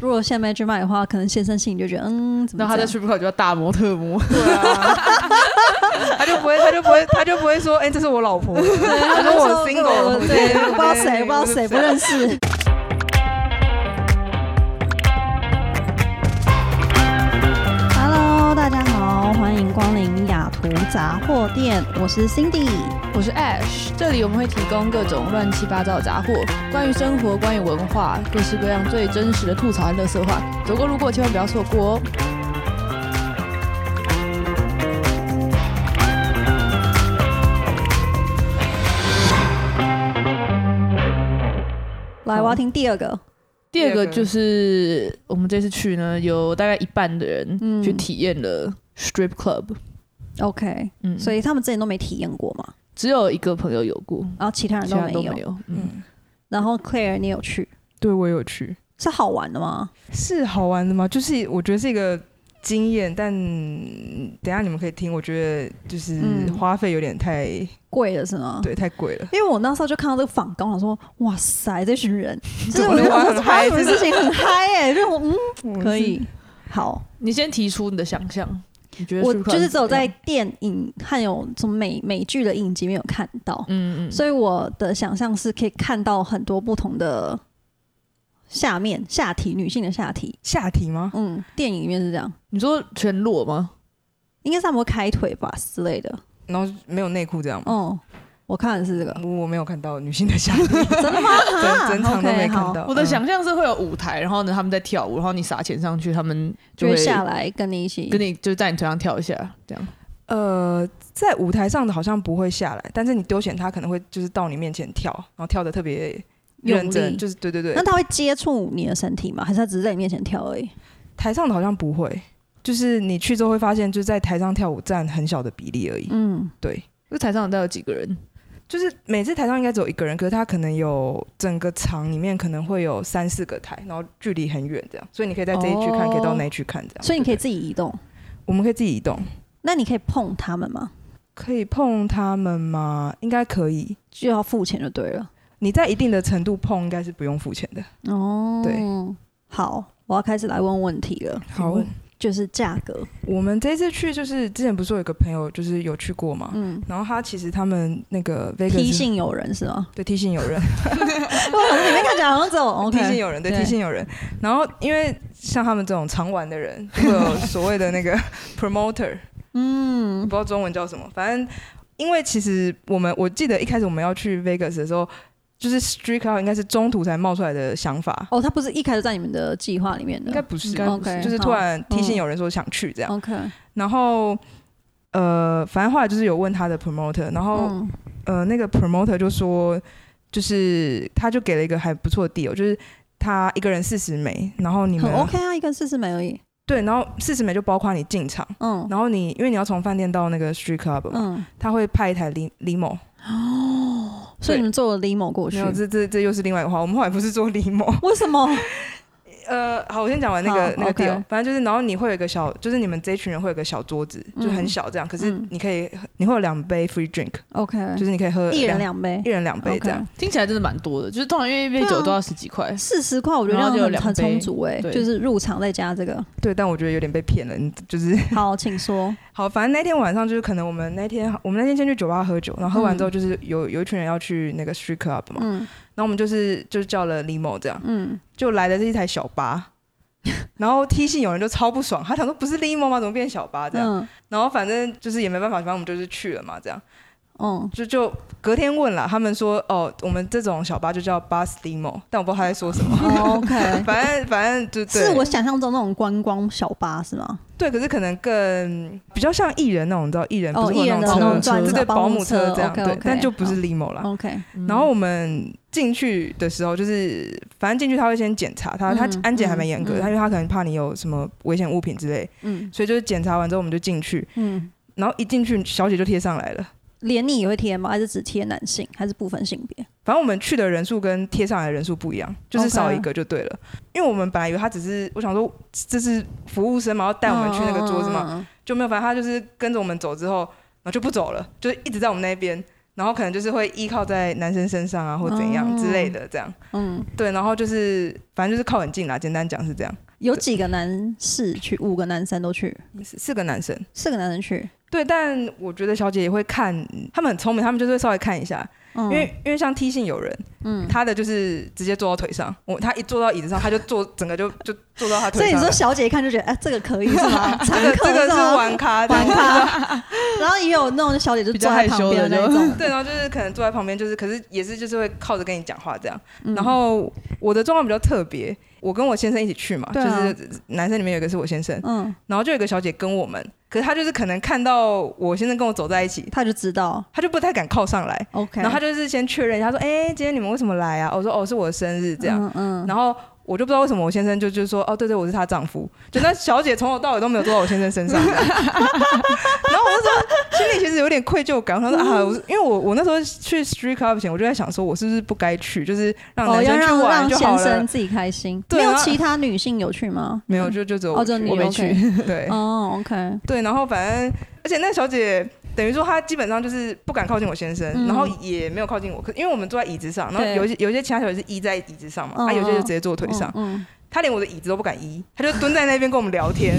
如果现卖之卖的话，可能先生心里就觉得嗯，怎么然后他这样在 区门口就要大摸特摸，对啊，他就不会，他就不会，他就不会说，哎、这是我老婆，他说我 single，对，不知道谁，不知道谁，不认识。Hello，大家好，欢迎光临雅图杂货店，我是 Cindy。我是 Ash，这里我们会提供各种乱七八糟的杂货，关于生活，关于文化，各式各样最真实的吐槽和乐色话，走过路过千万不要错过哦。来，我要听第二个。第二第个二个就是我们这次去呢，有大概一半的人嗯去体验了 strip club， OK，嗯，所以他们之前都没体验过嘛，只有一个朋友有过，然后其他人其啊都他没都有没。有。嗯，嗯，然后 Claire，你有去？对我有去，是好玩的吗？是好玩的吗？就是我觉得是一个经验，但等一下你们可以听，我觉得就是嗯哦花费有点太、贵的是吗？。对太贵了。因为我那时候就看到这个访纲，我想说哇塞，这群 人，就是怎我么就了想说很他嗨们事情很嗨哎，就我嗯 我可是以好，你先提出你的想象，你觉得我 strip club 就是只有在怎么电影和有什么美美剧的影集没有看到，样嗯嗯，所以我的想象是可以看到很多不同的下面下体，女性的下体。下体吗？嗯，电影里面是这样，你说全裸吗？应该是他们会开腿吧之类的。然后没有内裤这样吗？哦、我看的是这个， 我没有看到女性的下体，真的吗？整整场都没啊 OK，好看到。我的嗯想象是会有舞台，然后呢他们在跳舞，然后你撒钱上去，他们就会会下，来跟你一起。跟你就在你腿上跳一下，这样。呃，在舞台上的好像不会下来，但是你丢钱，他可能会就是到你面前跳，然后跳的特别用认真，力就是对对对那。他会接触你的身体吗？还是他只是在你面前跳而已？台上的好像不会，就是你去之后会发现，就是在台上跳舞占很小的比例而已。嗯，对，这台上大概有几个人？就是每次台上应该只有一个人，可是他可能有整个场里面可能会有三四个台，然后距离很远这样，所以你可以在这一区看，哦可以到那一区看这样。所以你可以对，自己移动。对我们可以自己移动，那你可以碰他们吗？可以碰他们吗？应该可以。就要付钱就对了。你在一定的程度碰，应该是不用付钱的。哦，对，好，我要开始来问问题了，好，就是价格。我们这次去就是之前不是有一个朋友就是有去过嘛，嗯，然后他其实他们那个 Vegas 提醒有人是吗？对提 醒有人，我好像里面看起来好像 只有 OK，提醒有人，对，对提醒有人。然后因为像他们这种常玩的人，会有所谓的那个 promoter，嗯不知道中文叫什么，反正因为其实我们我记得一开始我们要去 Vegas 的时候，就是 Street Club 应该是中途才冒出来的想法，哦，他哦不是一开始在你们的计划里面的，应该不是，应该不是就是 OK，突然提醒好有人说想去这样， OK，然后。呃，反正后来就是有问他的 promoter，然后、嗯呃，那个 promoter 就说，就是他就给了一个还不错的 deal，就是他一个人四十美，然后你们很 OK 啊，一个人四十美而已，对，然后四十美就包括你进场，嗯然后你因为你要从饭店到那个 street club 嘛，嗯，他会派一台 lim limo，所以你们坐了 limo 过没去有，，这这这又是另外一个话，我们后来不是做 limo，为什么？ 呃，好，我先讲完那个好那个 OK deal，反正就是，然后你会有一个小，就是你们这一群人会有一个小桌子，就很嗯小这样，可是嗯你可以你会有两杯 free drink， OK，就是你可以喝一人两杯一人两杯这 OK，样，听起来真的蛮多的，就是通常因为一杯对啊酒都要十几块，四十块，我觉得然后这就有样两很很充杯足哎，对就是入场再加这个。对，但我觉得有点被骗了，你就是好，请 说。好，反正那天晚上就是可能我们那天我们那天先去酒吧喝酒，然后喝完之后就是有有一群人要去那个 street club 嘛，嗯然后我们就是就叫了 limo 这样。嗯，就来的是一台小巴， 然后 T 信有人就超不爽，他想说不是 limo 吗？怎么变小巴这样？嗯然后反正就是也没办法，反正我们就是去了嘛，这样嗯， 就就隔天问了，他们说哦，我们这种小巴就叫 bus limo，但我不知道他在说什么。哦 OK，反正反正就对是我想象中那种观光小巴是吗？对，可是可能更比较像艺人那种，你知道艺人不哦，是一会有人的那那种种车，专对对，车、保姆车这样 OK，对 OK，，但就不是好嗯 limo 啦。 OK，然后我们进去的时候，就是反正进去他会先检查他，他嗯安检还蛮严格的，嗯嗯他因为他可能怕你有什么危险物品之类，嗯所以就是检查完之后我们就进去，嗯，然后一进去小姐就贴上来了。连你也会贴吗？还是只贴男性？还是不分性别？反正我们去的人数跟贴上来的人数不一样，就是少一个就对了。因为我们本来以为他只是，我想说这是服务生嘛，要带我们去那个桌子嘛，嘛？就没有。反正他就是跟着我们走之后，然后就不走了，就是一直在我们那边。然后可能就是会依靠在男生身上啊，或怎样哦之类的，这样嗯，对，然后就是反正就是靠很近啦，简单讲是这样，有几个男士去，五个男生都去，四四个男生，四个男生去，对，但我觉得小姐也会看，他们很聪明，他们就是会稍微看一下，嗯、因为因为像 T 性有人，嗯，他的就是直接坐到腿上，我他一坐到椅子上，他就坐整个就就坐到他所腿以上你了，说小姐一看就觉得，哎、这个可以是 吗？常这个客这个是吗玩咖的，玩咖，然后也有那种小姐就坐在旁边那比较害羞种， 对，然后就是可能坐在旁边，就是可是也是就是会靠着跟你讲话这样。嗯然后我的状况比较特别，我跟我先生一起去嘛，对啊就是男生里面有一个是我先生，嗯，然后就有一个小姐跟我们，可是她就是可能看到我先生跟我走在一起，她就知道她就不太敢靠上来， ，OK，然后她就是先确认一下，她说：“哎、今天你们为什么来啊？”我说：“哦，是我的生日。”这样，，嗯嗯，然后。我就不知道为什么我先生就就说哦对对我是她丈夫，就那小姐从头到尾都没有坐到我先生身上， 然后我就说心里其实有点愧疚感，我想说啊，我因为我我那时候去 street club 前，我就在想说我是不是不该去，就是让哦，男要生去让玩让就好先了生，自己开心，对没有然后其他女性有去吗？没有就就只有哦，只有去你我没 OK 对 哦，OK，对，然后反正而且那小姐等于说她基本上就是不敢靠近我先生，嗯然后也没有靠近我，可因为我们坐在椅子上，然后对有一些有一些其他小姐是依在椅子上嘛，嗯啊有些就嗯直接坐腿上，嗯，嗯她连我的椅子都不敢移，她就蹲在那边跟我们聊天，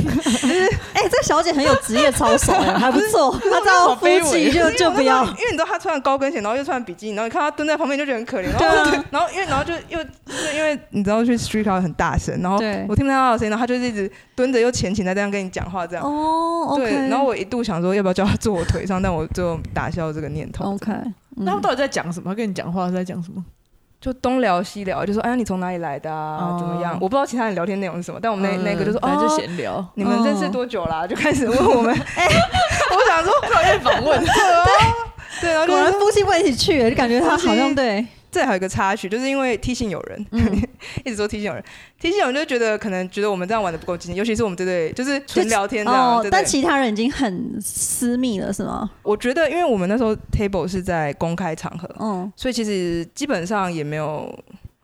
哎，这小姐很有职业操守 哎，还不错，她知道 夫妻就就不要因，为你知道她穿高跟鞋，然后又穿比基尼，然后你看她蹲在旁边就觉得很可怜，然对后啊对然后因为然后就又就是因为你知道去 street car 很大声，然后对我听不到她的声音，然后她就是一直蹲着又前倾在这样跟你讲话这样。哦对， ，OK，然后我一度想说要不要叫她坐我腿上，但我最后打消了这个念头。 OK，嗯那他们到底在讲什么？他跟你讲话是在讲什么？就东聊西聊，就说哎呀你从哪里来的啊？哦怎么样？我不知道其他人聊天内容是什么，嗯但我们那、那个就说反正就哦。闲聊，你们认识多久啦、 就开始问 我们，哎、 我想说，访问。对，然后就啊果是然夫妻不能一起去，欸就感觉她好像对，这还有一个插曲，就是因为 T 信友人，嗯 一直说 T 信友人，T 信友人就觉得可能觉得我们这样玩的不够尽兴，尤其是我们这对就是纯聊天这样。哦对，对但其他人已经很私密了，是吗？我觉得，因为我们那时候 table 是在公开场合，嗯所以其实基本上也没有，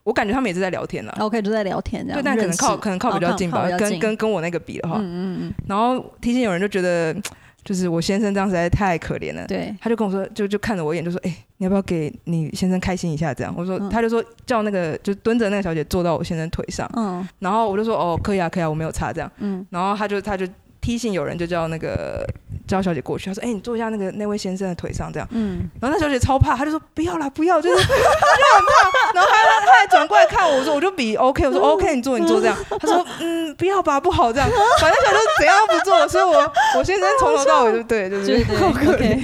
我感觉他们也是在聊天啦。啊，OK，就在聊天这样，对，但可能靠认识可能靠比较近吧，哦靠靠比较跟近跟跟我那个比的话，嗯嗯然后 T 信友人就觉得，就是我先生这样实在太可怜了嗯，。对，他就跟我说，就就看着我一眼，就说：“哎、你要不要给你先生开心一下？”这样，我说，嗯他就说叫那个就蹲着那个小姐坐到我先生腿上， 嗯然后我就说哦，可以啊，可以啊，我没有差这样。嗯，然后他就他就提醒有人就叫那个叫小姐过去，他说哎、你坐一下那个那位先生的腿上这样。嗯，然后那小姐超怕，她就说不要啦，不要，就是 她就很怕。然后她她还转过来看我，我说我就比 OK，我说 OK，你坐你坐这样。她说嗯，不要吧，不好这样。反正小姐就怎样都不做，所以我我先生从头到尾就 对，就对是对好可怜。 ，OK，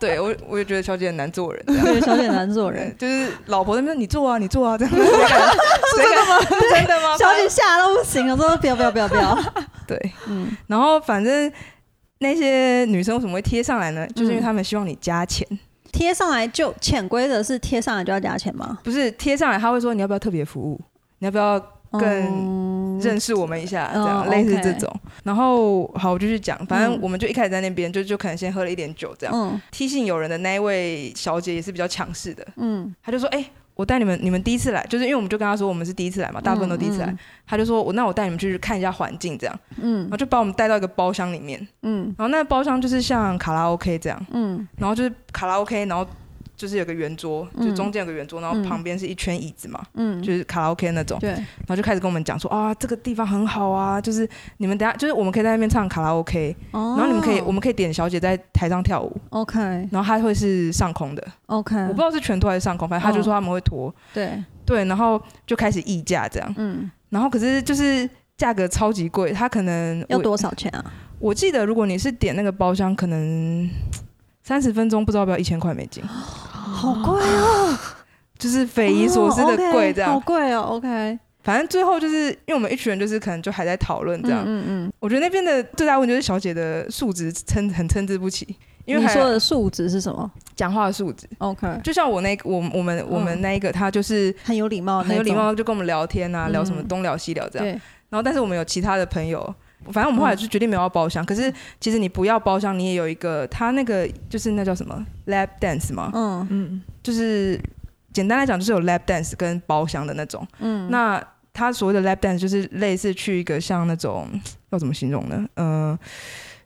对我我也觉得小姐很难做人这样。对，小姐难做对 人，，就是老婆那边你坐啊，你坐啊，这样是真的吗？是真的吗？小姐吓到不行了，说不要不要不要不要，对，嗯，然后反正那些女生为什么会贴上来呢？就是嗯因为她们希望你加钱，贴上来就潜规则是贴上来就要加钱吗？不是贴上来，她会说你要不要特别服务，你要不要更嗯认识我们一下，嗯这样、哦类似 OK 这种。然后好，我就去讲，反正嗯我们就一开始在那边就就可能先喝了一点酒，这样。嗯提醒友人的那一位小姐也是比较强势的，嗯，她就说：“哎、我带你们，你们第一次来，就是因为我们就跟她说我们是第一次来嘛，大部分都第一次来。她就说：“我哦那我带你们去看一下环境，这样。”嗯然后就把我们带到一个包厢里面，嗯然后那个包厢就是像卡拉 OK 这样，嗯然后就是卡拉 OK，然后就是有个圆桌，嗯就中间有个圆桌，然后旁边是一圈椅子嘛，嗯，就是卡拉 OK 那种，对，然后就开始跟我们讲说啊，这个地方很好啊，就是你们等下就是我们可以在那边唱卡拉 OK，然然后你们可以、哦我们可以点小姐在台上跳舞， OK 然后她会是上空的， OK，我不知道是全脱还是上空，反正她哦就说他们会脱，对，对，然后就开始议价这样，嗯，然后可是就是。价格超级贵，她可能要我多少钱啊？我记得如果你是点那个包厢，可能三十分钟不知道要不要一千块美 金，好贵哦，就是匪夷所思的贵这样。好贵哦，OK，反正最后就是因为我们一群人就是可能就还在讨论这样。嗯嗯。我觉得那边的最大问题就是小姐的素质参很参差不齐，因为你还说有的数值是什么讲话的素质， ？OK，就像我那个我我们我嗯们那一个，他就是很有礼貌，很有礼，貌，就跟我们聊天啊，哦嗯聊什么东聊西聊这样。对，然后但是我们有其他的朋友。反正我们后嗯来就决定没有要包厢，可是其实你不要包厢，你也有一个他那个就是那叫什么 lap dance 吗？嗯嗯，就是简单来讲，就是有 lap dance 跟包厢的那种。嗯，那他所谓的 lap dance 就是类似去一个像那种要怎么形容呢？嗯、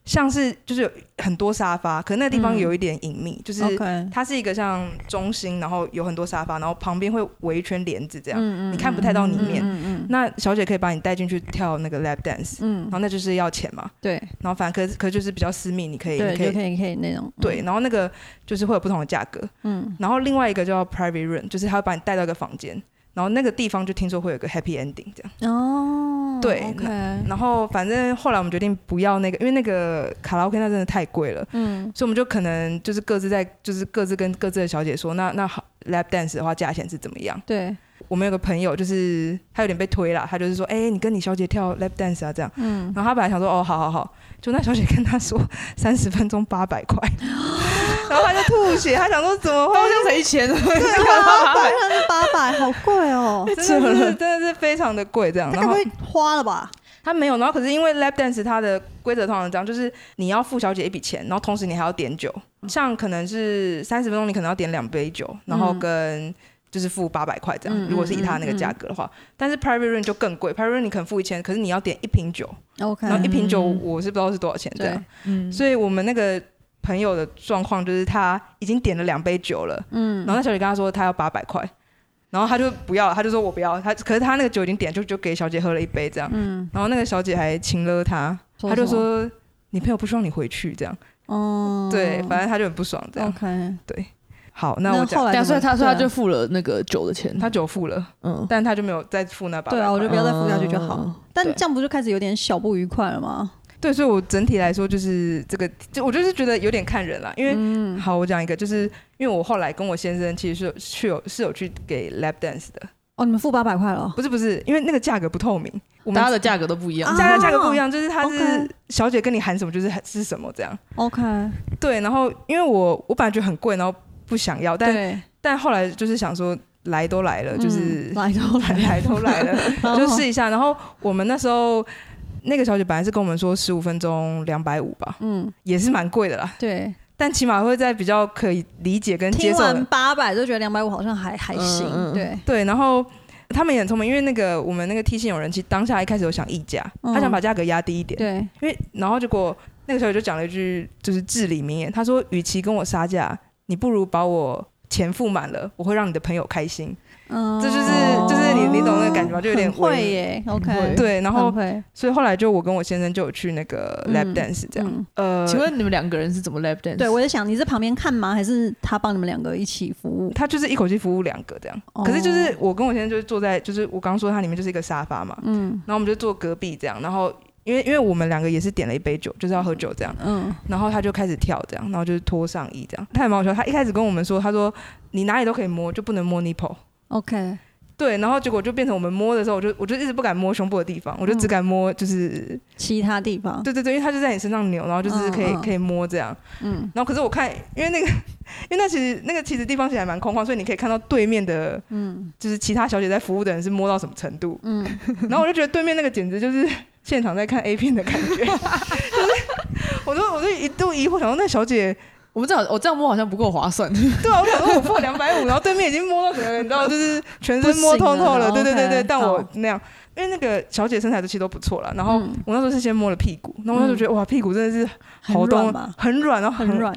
像是就是有很多沙发，可是那个地方嗯有一点隐秘，就是 OK，它是一个像中心，然后有很多沙发，然后旁边会围一圈帘子这样，嗯你看不太到里面。嗯嗯那小姐可以把你带进去跳那个 lap dance，嗯然嗯，后那就是要钱嘛，对然后反正可可就是比较私密，你可以对，你可就以可以可以那种，对，然后那个就是会有不同的价格，嗯，然后另外一个叫 private room，就是他会把你带到一个房间，然后那个地方就听说会有个 happy ending 这样。嗯，哦，对，OK，然后反正后来我们决定不要那个，因为那个卡拉 OK 那真的太贵了，嗯所以我们就可能就是各自在就是各自跟各自的小姐说，那那好 lap dance 的话价钱是怎么样？对，我们有个朋友就是他有点被推啦，他就是说，哎、你跟你小姐跳 lap dance 啊这样。嗯，然后他本来想说，哦，好好好，就那小姐跟他说 三十分钟八百块，哦 然后他就吐血，他想说怎么会包厢才一千，八 啊百是八百，好贵哦，真的是真的是非常的贵这样。他然该不后会花了吧？他没有，然后可是因为 lap dance 它的规则通常是这样，就是你要付小姐一笔钱，然后同时你还要点酒，像可能是三十分钟你可能要点两杯酒，然后跟。就是付八百块这样，嗯如果是以他那个价格的话，但是 private room 就更贵，private room 你可能付一千，可是你要点一瓶酒， OK，然后一瓶酒嗯我是不知道是多少钱这样对，，嗯，所以我们那个朋友的状况就是他已经点了两杯酒了，嗯然后那小姐跟他说他要八百块，然后他就不要了，他就说我不要了，他可是他那个酒已经点就就给小姐喝了一杯这样，嗯，然后那个小姐还请了他，说他就什说你朋友不希望你回去这样，哦，对，反正他就很不爽这样。 OK，好，那那我讲后，来对啊，怎所么以他说他对就啊付了那个酒的钱，他酒付了，嗯，但他就没有再付那八百对块。啊，我就不要再付下去就好。嗯但对这样不就开始有点小不愉快了吗？对，所以我整体来说就是这个，就我就是觉得有点看人啦，因为、嗯，好，我讲一个，就是因为我后来跟我先生其实是有是有是有去给 lap dance 的，哦，你们付八百块了哦，不是不是，因为那个价格不透明，我们大家的价格都不一样啊。价格价格不一样，就是他 OK 是小姐跟你喊什么就是是什么这样。 OK，对，然后因为我我本来觉得很贵，然后不想要，但对，但后来就是想说来都来了，就 是嗯、哦来都来来来都来 了，了， 就试一下。然后我们那时候那个小姐本来是跟我们说十五分钟两百五吧，嗯，也是蛮贵的啦，对，但起码会在比较可以理解跟接听受完的。八百就觉得两百五好像还还行，嗯嗯嗯对，对，然后。他们也很聪明，因为那个我们那个 T 信有人，其实当下一开始有想议价，嗯他想把价格压低一点，对，因为然后结果那个小姐就讲了一句就是至理名言，她说：“与其跟我杀价，你不如把我钱付满了，我会让你的朋友开心。”嗯，这就是就是你你懂那个感觉吗？就有点哦很会微耶，OK，会对，然后很会所以后来就我跟我先生就有去那个嗯 lap dance 这样。嗯呃，请问你们两个人是怎么 lap dance？对，我在想你是旁边看吗？还是他帮你们两个一起服务？他就是一口气服务两个这样，哦可是就是我跟我先生就是坐在就是我刚刚说它里面就是一个沙发嘛，嗯然后我们就坐隔壁这样，然后因为因为我们两个也是点了一杯酒，就是要喝酒这样，嗯，然后他就开始跳这样，然后就是脱上衣这样，他也蛮好笑，他一开始跟我们说，他说你哪里都可以摸，就不能摸 nipple。 OK，对，然后结果就变成我们摸的时候，我就我就一直不敢摸胸部的地方，我就嗯只敢摸就是其他地方，对对对，因为它就在你身上扭，然后就是可以、嗯嗯可以摸这样。嗯然后可是我看，因为那个，因为那其实那个其实地方其实还蛮空旷，所以你可以看到对面的，嗯就是其他小姐在服务的人是摸到什么程度。嗯，然后我就觉得对面那个简直就是 现场在看 A 片的感觉， 就是我都我都一度疑惑，想说那小姐，我们这样我这样摸好像不够划 算，对啊，我想说我付两百五，然后对面已经摸到整个人，你知道，就是全身摸透透了，不对行了对对对， OK，但我好那样。因为那个小姐身材其实都不错了，然后嗯我那时候是先摸了屁股，然后我那时候觉得、哇，屁股真的是很好软动吧，？很软，然后很软，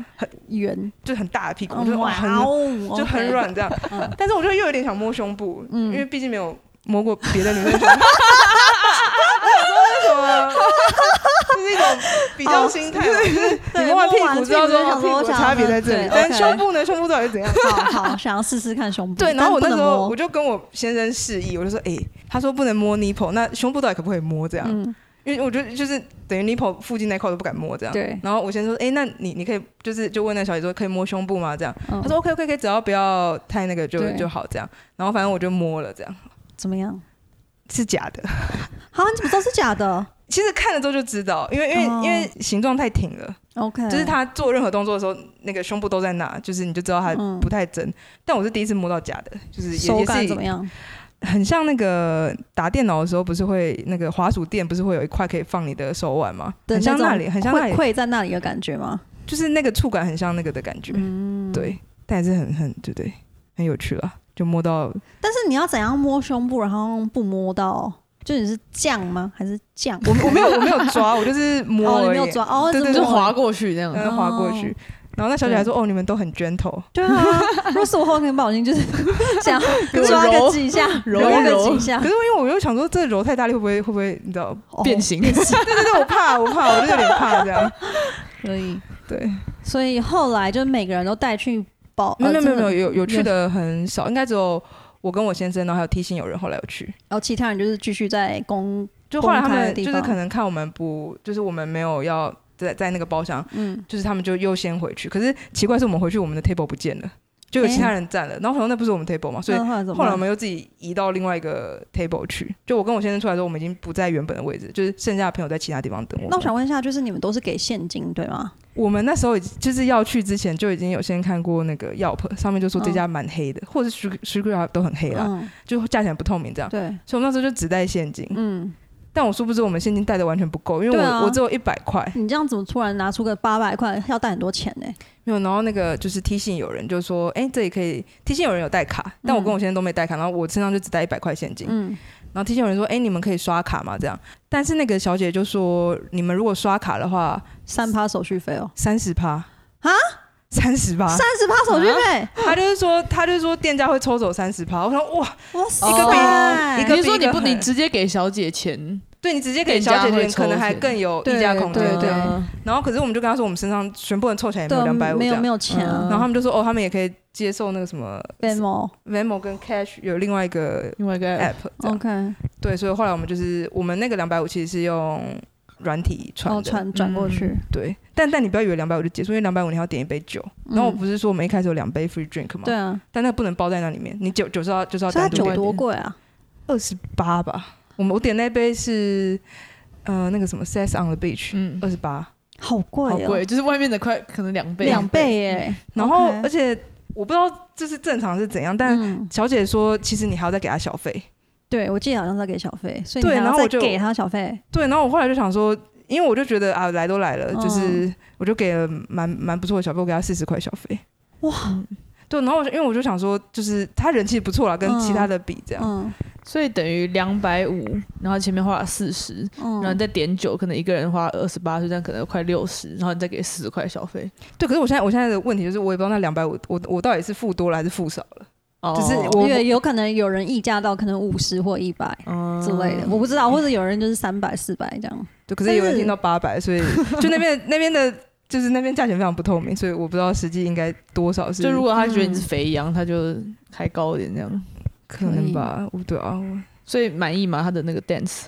圆，就很大的屁股，我哦就嗯哇哇很哦，就很 OK 软这样嗯。 但是我就又有点想摸胸部，嗯因为毕竟没有摸过别的女生胸部。 我想说为什么？这是一种比较心态嘛，就是你哦对摸完屁股之后摸完说屁股哦就想说屁股的差别在这里对，但 OK 胸部呢？胸部到底是 怎样？好好，想要试试看胸部。 对，然后我那但时不能候摸我就跟我先生示意，我就说，哎，他说不能摸 nipple，那胸部到底可不可以摸这样？嗯，因为我觉得就是等于 nipple 附近那块我都不敢摸这样。对，然后我先生说，哎，那你你可以就是就问那小姐说，可以摸胸部吗？这样。嗯他说 OK OK OK，只要不要太那个就对就好这样。然后反正我就摸了，这样怎么样？是假的。 好，你怎么知道是假的其实看了之后就知道，因为因为、哦因为形状太挺了， ？OK，就是他做任何动作的时候，那个胸部都在那，就是你就知道他嗯不太真。但我是第一次摸到假的，就是也手也感怎么是样？很像那个打电脑的时候，不是会那个滑鼠垫不是会有一块可以放你的手腕吗？的很像种那里，很像那溃里，溃在那里的感觉吗？就是那个触感很像那个的感觉。嗯，。对，但也是很很 对对，很有趣了，就摸到但是你要怎样摸胸部，然后不摸到就你是酱吗？还是酱？我我没有我没有抓，我就是摸 哦，而已，你没有抓哦，对是对就摸划过去这样。嗯，划过去。然后那小姐还说：“哦，你们都很 gentle。对啊，如果是我后跟宝金，就是 想给我抓个揉几下，揉个揉几”下可，是因为我又想说，这揉太大力会不会会不会你知道？哦变形，对对对，我怕我怕，我就有点怕这 样。可以。对，所以后来就是每个人都带去保，呃没有没有没有没有哦有，有有去的很少，应该只有我跟我先生，然后还有提醒有人后来有去。然后其他人就是继续在公，就后来他公开的们地就方是可能看我们不，就是我们没有要在在那个包厢，嗯，就是他们就优先回去。可是奇怪是我们回去，我们的 table 不见了，就有其他人占了。然后好像那不是我们 table 嘛，所以那后嗯来怎后么来我办？们又自己移到另外一个 table 去。就我跟我先生出来之后，我们已经不在原本的位置，就是剩下的朋友在其他地方等我们。那我想问一下，就是你们都是给现金对吗？我们那时候已就是要去之前就已经有先看过那个 Yelp 上面就说这家蛮黑的，或者是 Sugar 都很黑啦，嗯，就价钱不透明这样。对，所以我们那时候就只带现金，嗯，但我殊不知我们现金带的完全不够，因为我、对啊我只有一百块。你这样怎么突然拿出个八百块，要带很多钱呢？没有，然后那个就是提醒有人，就说，哎、这里可以提醒有人有带卡，但我跟我先生都没带卡，然后我身上就只带一百块现金。嗯，然后提醒有人说，哎、你们可以刷卡吗？这样，但是那个小姐就说，你们如果刷卡的话，三趴手续费哦，三十趴啊，三十趴，三十趴手续费，她就是说，她就是说店家会抽走三十趴。我说，哇，哇塞，一个哦比一个你是说比你不很你直接给小姐钱？对你直接给小姐店家会姐抽可能还钱更有对溢价空间。对对啊然后可是我们就跟她说，我们身上全部人凑起来也没对有啊，两百五没这有样没。有钱然后啊他们就说，哦，他们也可以接受那个什么，Venmo。哦 Venmo 跟 Cash 有另外一个另外一个 app app 这样。 OK，对，所以后来我们就是我们那个两百五其实是用软然体传后哦的，传转过去，对。但但你不要以为两百五就结束，因为两百五你还要点一杯酒。嗯然后我不是说我们一开始有两杯 free drink 吗？嗯对。啊，但那个不能包在那里面，你酒酒是要就是要所以它单独酒点。多贵啊？二十八吧，我们我点那杯是呃那个什么 Sex on the Beach，嗯，二十八。好贵好哦，贵，就是外面的快可能两倍，两倍耶。然后 OK 而且我不知道这是正常是怎样，但嗯，小姐说其实你还要再给她小费。对我记得好像是在给小费，所以你对还然要后再我就给他小费。对，然后我后来就想说，因为我就觉得啊，来都来了，嗯就是我就给了蛮蛮不错的小费，我给他四十块小费。嗯哇，对，然后我就因为我就想说，就是他人气不错啦，跟其他的比这样。嗯所以等于两百五，然后前面花了四十，然后你嗯，再点酒，可能一个人花二十八，就这样可能快六十，然后你再给四十块小费，对，可是我现在我现在的问题就是，我也不知道那两百五，我我到底是付多了还是付少了？哦就就是我因为有可能有人溢价到可能五十或一百嗯之类嗯的，我不知道，或者有人就是三百四百这样。对，可是有但人是听到八百，所以就那边那边的，就是那边价钱非常不透明，所以我不知道实际应该多少是。就如果他觉得你是肥羊，他就开高一点这样。可能吧，我对啊，我所以满意吗？他的那个 dance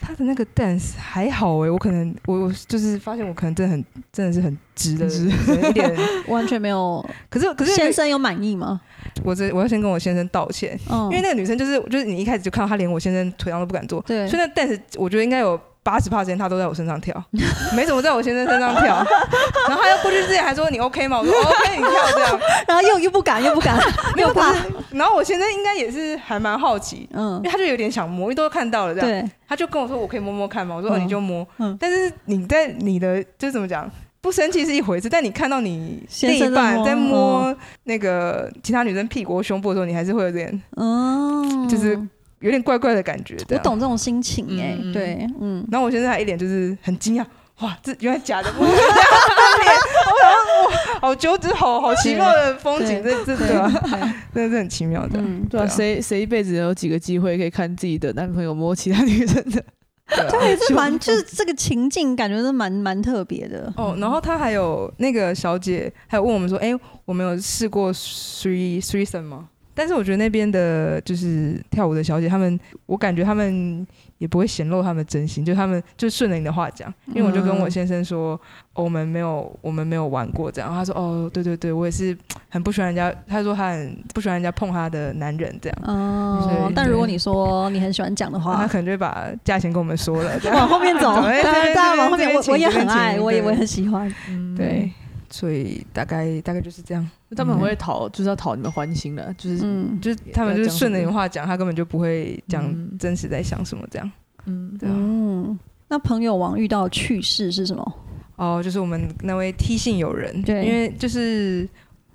他的那个 dance 还好哎、我可能我我就是发现我可能真的很真的是很直的，有一点。完全没有。可是可是先生有满意吗？我这我要先跟我先生道歉，嗯，因为那个女生就是就是你一开始就看到她连我先生腿上都不敢坐，对所以那但是我觉得应该有八十趴时间她都在我身上跳， 没怎么在我先生身上跳，然后她要过去之前还说你 OK 吗？我说哦 OK 你跳这样，然后又又不敢，又不 敢，没有又可怕。是，然后我先生应该也是还蛮好奇。嗯因为，他就有点想摸，因为都看到 了这样，对，他就跟我说我可以摸摸看嘛，我说哦嗯你就摸，嗯但是你在你的就是怎么讲，不生气是一回事，但你看到你先另生一在半摸嗯在摸那个其他女生屁股或胸部的时候，你还是会有点嗯，就是啊有点怪怪的感觉。这我样。懂这种心情哎嗯，对，嗯，然后我现在还一脸就是很惊讶，哇，这原来假的，不是这样的脸。我想说哇，好九指，好好奇妙的风景，这这对吧？对，真的是很奇妙的，嗯，对啊，对啊谁谁一辈子有几个机会可以看自己的男朋友摸其他女生的？对啊对，这 蛮就是这个情境，感觉是蛮蛮特别的。哦，然后他还有那个小姐，还有问我们说，哎、我们有试过 three three s o n 吗？但是我觉得那边的就是跳舞的小姐，她们，我感觉她们也不会显露她们真心，就她们就顺着你的话讲，因为我就跟我先生说，哦、我们没有，我们没有玩过这样。然后他说，哦，对对对，我也是很不喜欢人家，他说他很不喜欢人家碰他的男人这样，哦对，但如果对你说你很喜欢讲的然后他 话，可能就会把价钱跟我们说了，这 样往后面走，哎对啊这边大家往后面，这边我请我也这边很爱，请我也对我也很喜欢。嗯对，所以大概大概就是这样。他们很会讨，就是要讨你们欢心的，就是嗯就是他们就是顺着你的话讲，他根本就不会讲嗯真实在想什么这样。嗯，对啊，嗯，那朋友网遇到的趣事是什么？哦，就是我们那位 T 信友人，对因为就是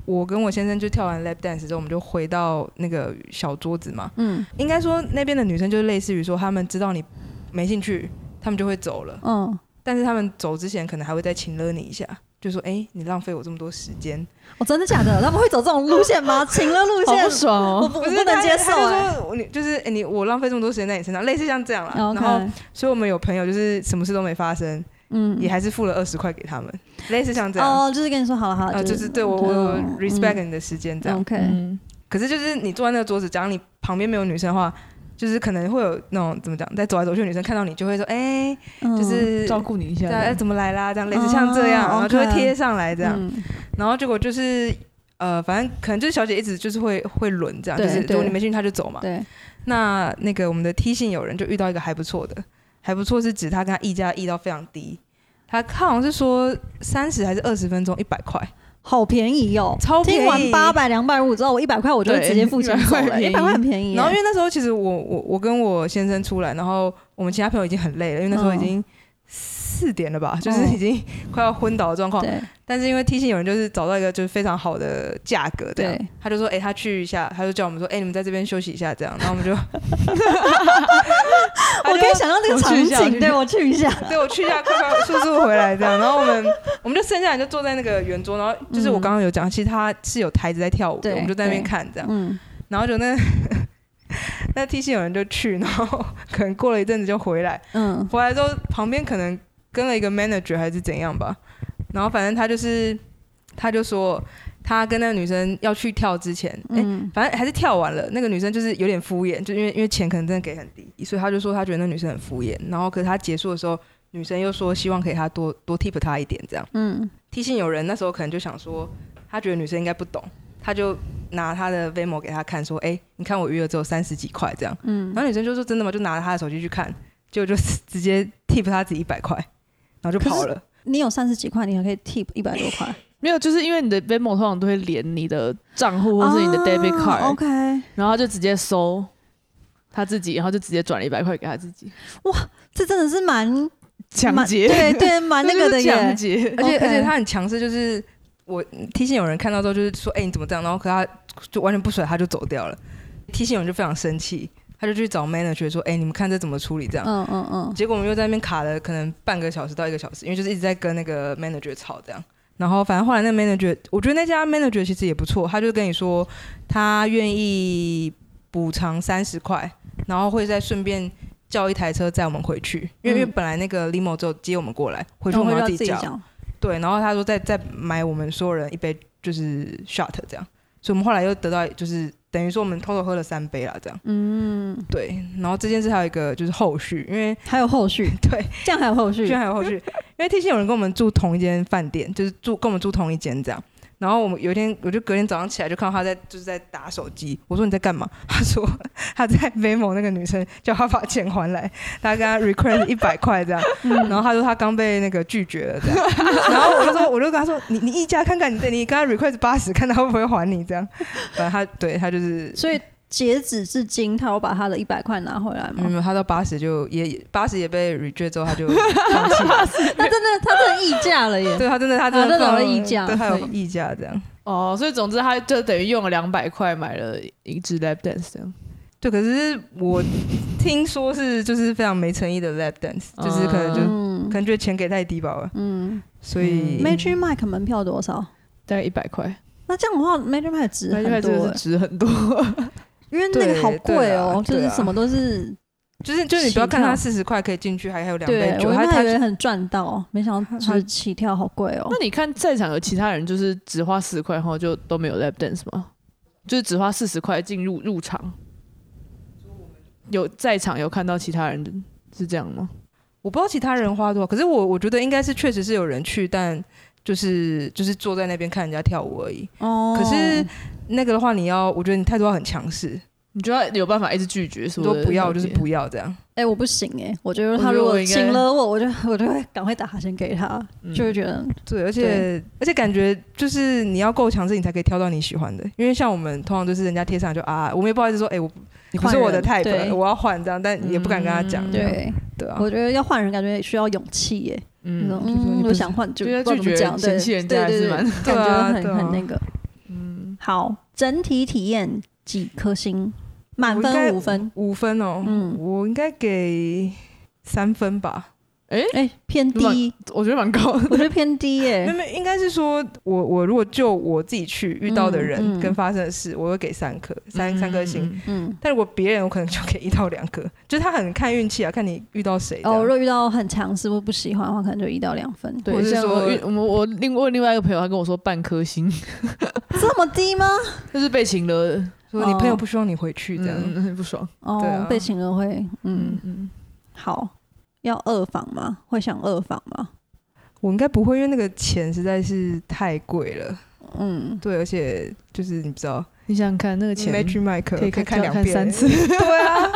我跟我先生就跳完 lap dance 之后，我们就回到那个小桌子嘛。嗯应该说那边的女生就是类似于说，她们知道你没兴趣，她们就会走了。嗯，但是她们走之前，可能还会再亲了你一下，就说：“哎、你浪费我这么多时间。我、哦真的假的？他们会走这种路线 吗？请了路好线不，爽我 哦！不”我不是不能她接受她哎、就说：“你就是、哎你我浪费这么多时间在你身上，类似像这样啦。哦 OK，然后，所以我们有朋友就是什么事都没发生，嗯也还是付了二十块给他们，类似像这样。哦，就是跟你说好了好了，啊，就是对我我我嗯 respect 你的时间这样。 OK，、嗯，可是就是你坐在那个桌子，假如你旁边没有女生的话，就是可能会有那种怎么讲，在走来走去的女生看到你就会说，哎、嗯就是照顾你一下大家、哎这样。怎么来啦，这样类似像这样，哦然后就会 OK 贴上来这样。嗯然后结果就是呃，反正可能就是小姐一直就是会会轮这样，就对是如果对你没兴趣她就走嘛。对，那那个我们的 T 性友人就遇到一个还不错的，还不错是指他跟他议价议到非常低。他他好像是说三十还是二十分钟一百块，好便宜哦。超便宜。听完八百两百五之后，我一百块我就会对直接付钱走了，一百100块块很便宜耶。然后因为那时候其实我我我跟我先生出来，然后我们其他朋友已经很累了，因为那时候已嗯经四点了吧，就是已经快要昏倒的状况。对但是因为 T 型有人就是找到一个就是非常好的价格，这样对他就说，哎、他去一下，他就叫我们说，哎、你们在这边休息一下，这样，然后我们就，我可以想象那个我场去一下我去景，一对下我去一下， 对我去一下，快快速速回来这样，然后我们我们就剩下来就坐在那个圆桌，然后就是我刚刚有讲，其实他是有台子在跳舞的，嗯对我们就在那边对看这样，嗯，然后就那那 T 型有人就去，然后 可能过了一阵子就回来，嗯回来之后旁边可能跟了一个 manager 还是怎样吧，然后反正他就是他就说他跟那个女生要去跳之前，哎、嗯反正还是跳完了，那个女生就是有点敷衍，就因为因为钱可能真的给很低，所以他就说他觉得那女生很敷衍，然后可是他结束的时候，女生又说希望可以他多多 tip 他一点这样。嗯，提醒有人那时候可能就想说，他觉得女生应该不懂，他就拿他的 Vimo 给他看，说：“哎、你看我余额只有三十几块这样。”嗯，然后女生就说：“真的吗？”就拿着他的手机去看，结果就直接 tip 他自己一百块，然后就跑了。你有三十几块，你还可以 tip 一百多块，没有，就是因为你的 Venmo 通常都会连你的账户或是你的 debit card，、啊 OK，然后他就直接收他自己，然后就直接转了一百块给他自己，这真的是蛮抢蛮 劫，对对，蛮那个的 这就是抢耶。劫。而且 OK 而且他很强势，就是我提醒有人看到之后就是说：“哎、你怎么这样？”然后可他就完全不甩，他就走掉了。提醒有人就非常生气，他就去找 manager 说：“哎、你们看这怎么处理？”这样。嗯嗯嗯，结果我们又在那边卡了可能半个小时到一个小时，因为就是一直在跟那个 manager 吵这样。然后反正后来那个 manager，我觉得那家 manager 其实也不错，他就跟你说他愿意补偿三十块，然后会再顺便叫一台车载我们回去，因为、因为嗯本来那个 limo 只有接我们过来，回去然我后们就要自己叫。讲，对，然后他说再再买我们所有人一杯就是 shot 这样，所以我们后来又得到就是等于说我们偷偷喝了三杯啦这样。嗯，对，然后这件事还有一个就是后续，因为还有后续，对，这样还有后续居，然还有后续，因为 T 线有人跟我们住同一间饭店，就是住跟我们住同一间这样。然后我们有一天，我就隔天早上起来就看到他在就是在打手机，我说你在干嘛？ 他说他在 Vimo 那个女生叫他把钱还来，他跟他 request 一百块这样，然后他说他刚被那个拒绝了这样，然后我就说我就跟他说你你议价看看你这你跟他 request 八十，看他会不会还你这样，反正他对他就是。所以截止至今，他有把他的一百块拿回来没有吗？没有，他到八十就也八十也被 reject 之后，他就放弃了。他真的，他真的溢价了耶！ 对他真的，他真啊的那种放有溢价对他有可以溢价这样。哦，所以总之他就等于用了两百块买了一支 lap dance 这样，对，可是我听说是就是非常没诚意的 lap dance，就是可能就、嗯可能觉得钱给太低吧，哦嗯所以、嗯，Magic Mike 门票多少？大概一百块，那这样的话，Magic Mike 值一百很真多的耶是，值很多。因为那个好贵哦，就对对啊是什么都是。就是就是你不要看他起四十块可以进去，还还有两杯对，酒，我他那他以为很赚到，没想到就 他是起跳好贵哦那。你看在场有其他人就是只花十块，然后就都没有 lap dance 吗？就是只花四十块进入入场。有在场有看到其他人是这样吗？我不知道其他人花多少，可是我我觉得应该是确实是有人去，但就是就是坐在那边看人家跳舞而已。哦，可是那个的话，你要我觉得你态度要很强势，你就要有办法一直拒绝，你说说不要就是不要这样。哎，我不行哎，我觉得我他觉得如我果应该请了我，我就我就会赶快打哈欠给他，嗯嗯就会觉得对，而且而且感觉就是你要够强势，你才可以挑到你喜欢的。因为像我们通常就是人家贴上来就啊，我们也不好意思说，哎、我你不是换我的人 type，对我要换这样，但也不敢跟他讲。这样对。对啊，我觉得要换人，感觉需要勇气耶。嗯，嗯就说你嗯不我是想换就就要不知道怎么拒绝讲，对嫌弃人家对还是对对蛮感对啊觉对很啊很那个。好，整体体验几颗星？满我应该分五分，五分哦，嗯我应该给三分吧。哎、偏低，我觉得蛮高的。我觉得偏低耶、那 么应该是说我我如果就我自己去遇到的嗯人嗯跟发生的事，我会给三颗三三颗星。嗯，嗯，但如果别人，我可能就给一到两颗，就是他很看运气啊，看你遇到谁这哦，样。如果遇到很强势或不喜欢的话，可能就一到两分。对，或者是像说我遇我我另问另外一个朋友，他跟我说半颗星， 这么低吗？就是被请了，说你朋友哦不希望你回去这样，嗯，很不爽。哦，对啊被请了会，嗯嗯，嗯，好，要二访吗？会想二访吗？我应该不会，因为那个钱实在是太贵了。嗯，对，而且就是你不知道你想想看，那个钱，Magic Mike 可以看看两看遍三次，对啊，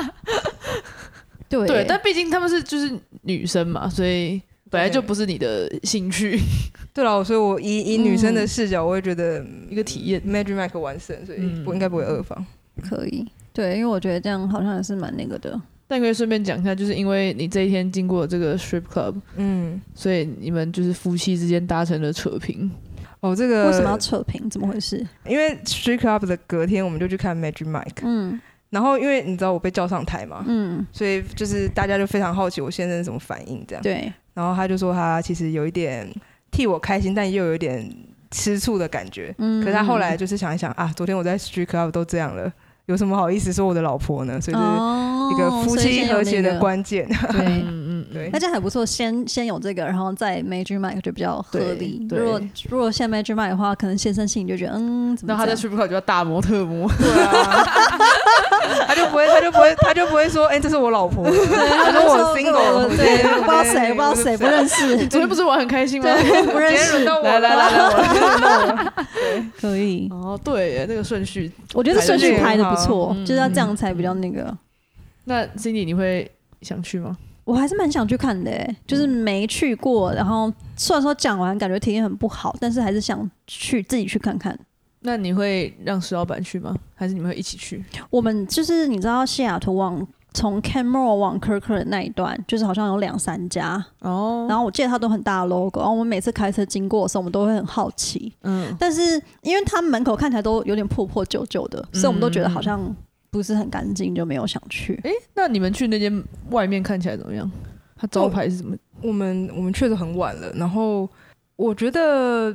对耶，对，但毕竟他们是就是女生嘛，所以本来就不是你的兴趣 对了，所以我以以女生的嗯视角，我会觉得嗯一个体验。 Magic Mike 完胜，所以嗯我应该不会二房。可以，对，因为我觉得这样好像也是蛮那个的。但可以顺便讲一下，就是因为你这一天经过这个 strip club，嗯，所以你们就是夫妻之间达成了扯平。哦，这个为什么要扯平？怎么回事？因为 Street Club 的隔天我们就去看 Magic Mike，嗯然后因为你知道我被叫上台嘛，嗯，所以就是大家就非常好奇我先生是什么反应这样。对，然后他就说他其实有一点替我开心，但又有一点吃醋的感觉。嗯。可是他后来就是想一想啊，昨天我在 Street Club 都这样了，有什么好意思说我的老婆呢？所以就是哦，一个夫所以先妻有和谐那的个。关键。对，嗯嗯，对那这样还不错，先先有这个，然后再 Magic Mike 就比较合理。对对如果如果现在 Magic Mike 的话，可能先生心里就觉得，嗯，怎么那他这在样 strip club 就要大模特模， 对啊，他就不会，他就不会，他就不会说，哎、这是我老婆。 他说我 single， 对，我不知道谁，不知道谁，不认 识，昨天不是玩很开心吗？对， 不今认天轮识，到我来来来来， 可以。 哦，对耶，那个顺序。我觉得顺序排的不错，嗯就是要这样才比较那个。那 Cindy，你会想去吗？我还是蛮想去看的、嗯欸，就是没去过，然后虽然说讲完感觉体验很不好，但是还是想去自己去看看。那你会让石老板去吗？还是你们会一起去？我们就是你知道西雅图往从 Camera 往 Kirkland 那一段，就是好像有两三家，哦，然后我记得它都很大的 logo，然后我们每次开车经过的时候，我们都会很好奇，嗯，但是因为它门口看起来都有点破破旧旧的，嗯所以我们都觉得好像不是很干净，就没有想去。诶，那你们去那间外面看起来怎么样？它招牌是什么？我们我们去的很晚了，然后我觉得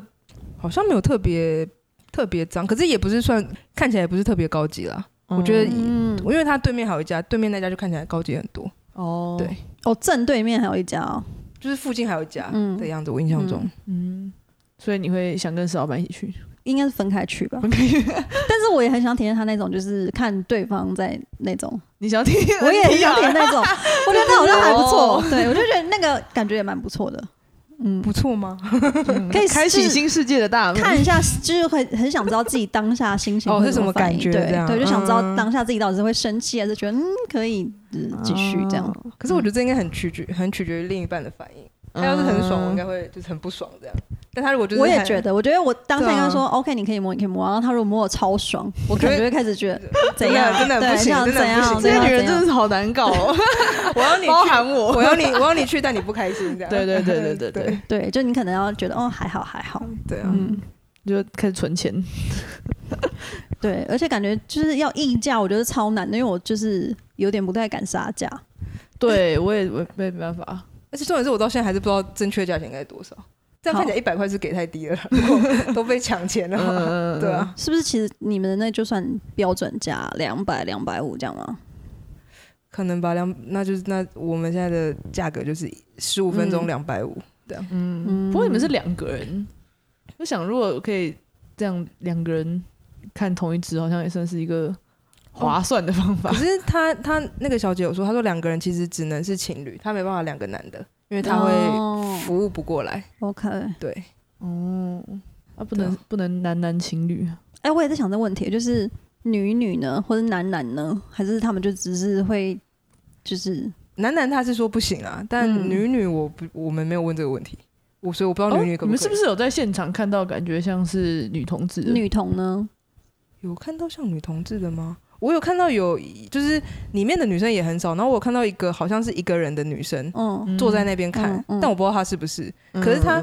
好像没有特别特别脏，可是也不是算看起来也不是特别高级啦。我觉得嗯，因为它对面还有一家，对面那家就看起来高级很多，哦，对，哦，正对面还有一家哦，就是附近还有一家嗯的样子。我印象中，嗯嗯，所以你会想跟石老板一起去？ 应该是分开去吧。但是我也很想体验他那种，就是看对方在那种，你想听？啊我也很 想体验那种，啊 我觉得那好像还不错哦。对，我就觉得那个感觉也蛮不错的。嗯，不错吗？嗯可以开启试新世界的大门。看一下，就是很很想知道自己当下心情嗯哦会是什么反应感觉这对样对，就想知道嗯哦当下自己到底是会生气，还是觉得嗯可以嗯继续这样。 可是我觉得这应该很取决很取决于另一半的反应。他要是很爽，我嗯应该会就是很不爽这样。但他如果就是我也很觉，得，我觉得我当下对啊应该说、OK，你可以摸，你可以摸。然后他如果摸我超 爽，我可能就会开始觉得怎真的样，真的很对不行这样真的很怎不样，行这怎些样女人怎真样的是好难搞 哦，我要你包去，含我。 我要你，我要你去，但你不开心这样。对对对对 对对对对，就你可能要觉得哦还好还好，对啊！嗯，就开始存钱。对，而且感觉就是要议价，我觉得超难的，因为我就是有点不太敢杀价。对我也我没没办 法，而且重点是我到现在还是不知道正确价钱应该是多少。这样看起来一百块是给太低了啦， 如果都被抢钱了话。嗯，对啊，是不是？其实你们的那就算标准价两百、两百五这样吗？可能吧，两那就是那我们现在的价格就是十五分钟两百五，嗯，不过你们是两个人，我想如果可以这样两个人看同一只，好像也算是一个划算的方法可。是他他那个小姐有说，她说两个人其实只能是情侣，她没办法两个男的，因为她哦会服务不过来。 OK，哎、对，哦，啊，不能不能男男情侣，哎我也在想这问题，就是女女呢，或者男男呢，还是他们就只是会就是男男他是说不行啊，但嗯女女我不我们没有问这个问题，我所以我不知道哦女女可哦你们不可是以。不是有在现场看到感觉像是女同志的？女同呢？有看到像女同志的吗？我有看到有，就是里面的女生也很少，然后我有看到一个好像是一个人的女生嗯，嗯坐在那边看，嗯嗯但我不知道她是不是。嗯可是她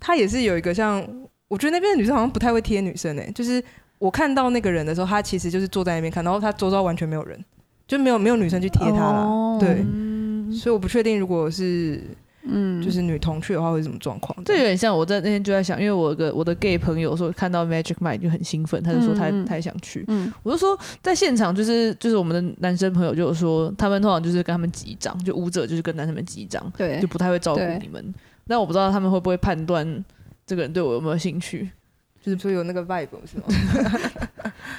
她也是有一个像，我觉得那边的女生好像不太会贴女生诶、就是我看到那个人的时候，他其实就是坐在那边看，然后他周遭完全没有人，就没有没有女生去贴他啦。哦对，嗯，所以我不确定如果是嗯，就是女同去的话会是什么状况。这有点像我在那天就在想，因为我有个我的 gay 朋友说看到 Magic Mike 就很兴奋，他就说他嗯嗯他也想去，嗯我就说在现场就是就是我们的男生朋友就有说，他们通常就是跟他们击掌，就舞者就是跟男生们击掌，对就不太会照顾对你们。但我不知道他们会不会判断这个人对我有没有兴趣。就是说有那个 vibe 是吗？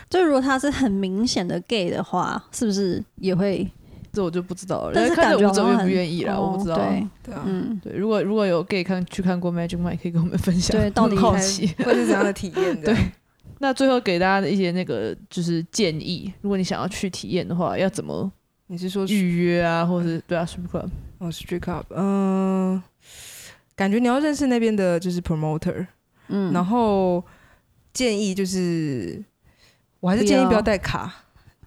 就如果他是很明显的 gay 的话，是不是也会？这我就不知道了，但是看感着觉舞者好像愿不很愿意啦，我不知道。哦对， 对啊，嗯，对，如果如果有 gay 看去看过 Magic Mike，可以跟我们分享。对到底很好还奇。会是怎样的体验？对，那最后给大家的一些那个就是建议，如果你想要去体验的话，要怎么你是说预约啊，或者是对啊，strip club 哦 street club？嗯、感觉你要认识那边的就是 promoter，嗯，然后建议就是，我还是不建议不要要带卡，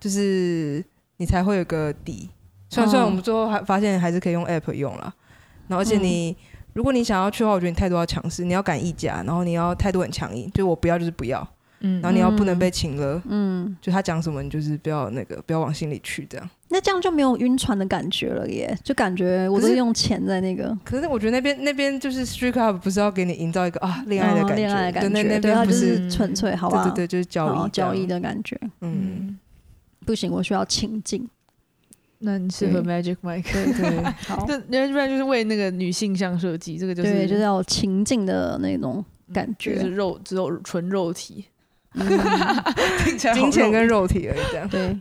就是你才会有个底。虽然虽然我们最后还发现还是可以用嗯 app 用啦，然后而且你、如果你想要去的话，我觉得你态度要强势，你要敢议价，然后你要态度很强硬，就我不要就是不要，嗯然后你要不能被请了，嗯，就他讲什么你就是不要那个不要往心里去这样。那这样就没有晕船的感觉了耶，就感觉我可都是用钱在那个可是我觉得那边那边就是 street club 不是要给你营造一个啊恋爱的嗯感觉，恋爱的感对那那对，它边不，就是是纯粹好对吧，对对，就是交易好交易的，的感觉。嗯。不行，我需要清静。那你适合 Magic Mike。对 对，好， 那那要不然就是为那个女性向设计，这个就是对，就是要有情境的那种感就是觉。肉只有纯肉体， 嗯听起来好金钱肉跟肉体而已，这样。对，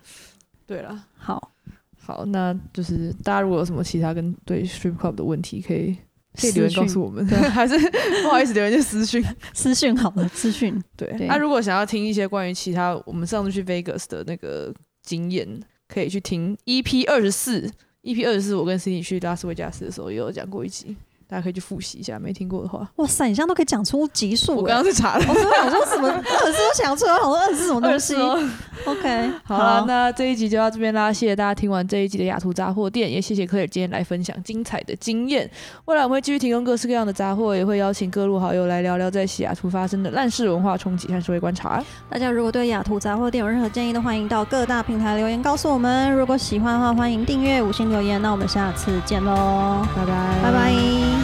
对啦。好，好，那就是大家如果有什么其他跟对 strip club 的问题，可以可以私留言告讯诉我们， 还是不好意思留言就私讯。私讯好了，私讯对，对那、如果想要听一些关于其他我们上次去 Vegas 的那个经验，可以去听 EP 二十四，EP 二十四我跟 Cindy 去拉斯维加斯的时候也有讲过一集，大家可以去复习一下，没听过的话。哇塞，你现在都可以讲出级数我欸。刚刚是查了我说想说什么二十，我想出来，我想说二十什么 东西 24哦？OK，好啊了，那这一集就到这边啦，谢谢大家听完这一集的雅图杂货店，也谢谢克尔今天来分享精彩的经验。未来我们会继续提供各式各样的杂货，也会邀请各路好友来聊聊在西雅图发生的烂事文化冲击和社会观察。大家如果对雅图杂货店有任何建议的，欢迎到各大平台留言告诉我们。如果喜欢的话，欢迎订阅、五星留言。那我们下次见喽，拜拜，拜拜。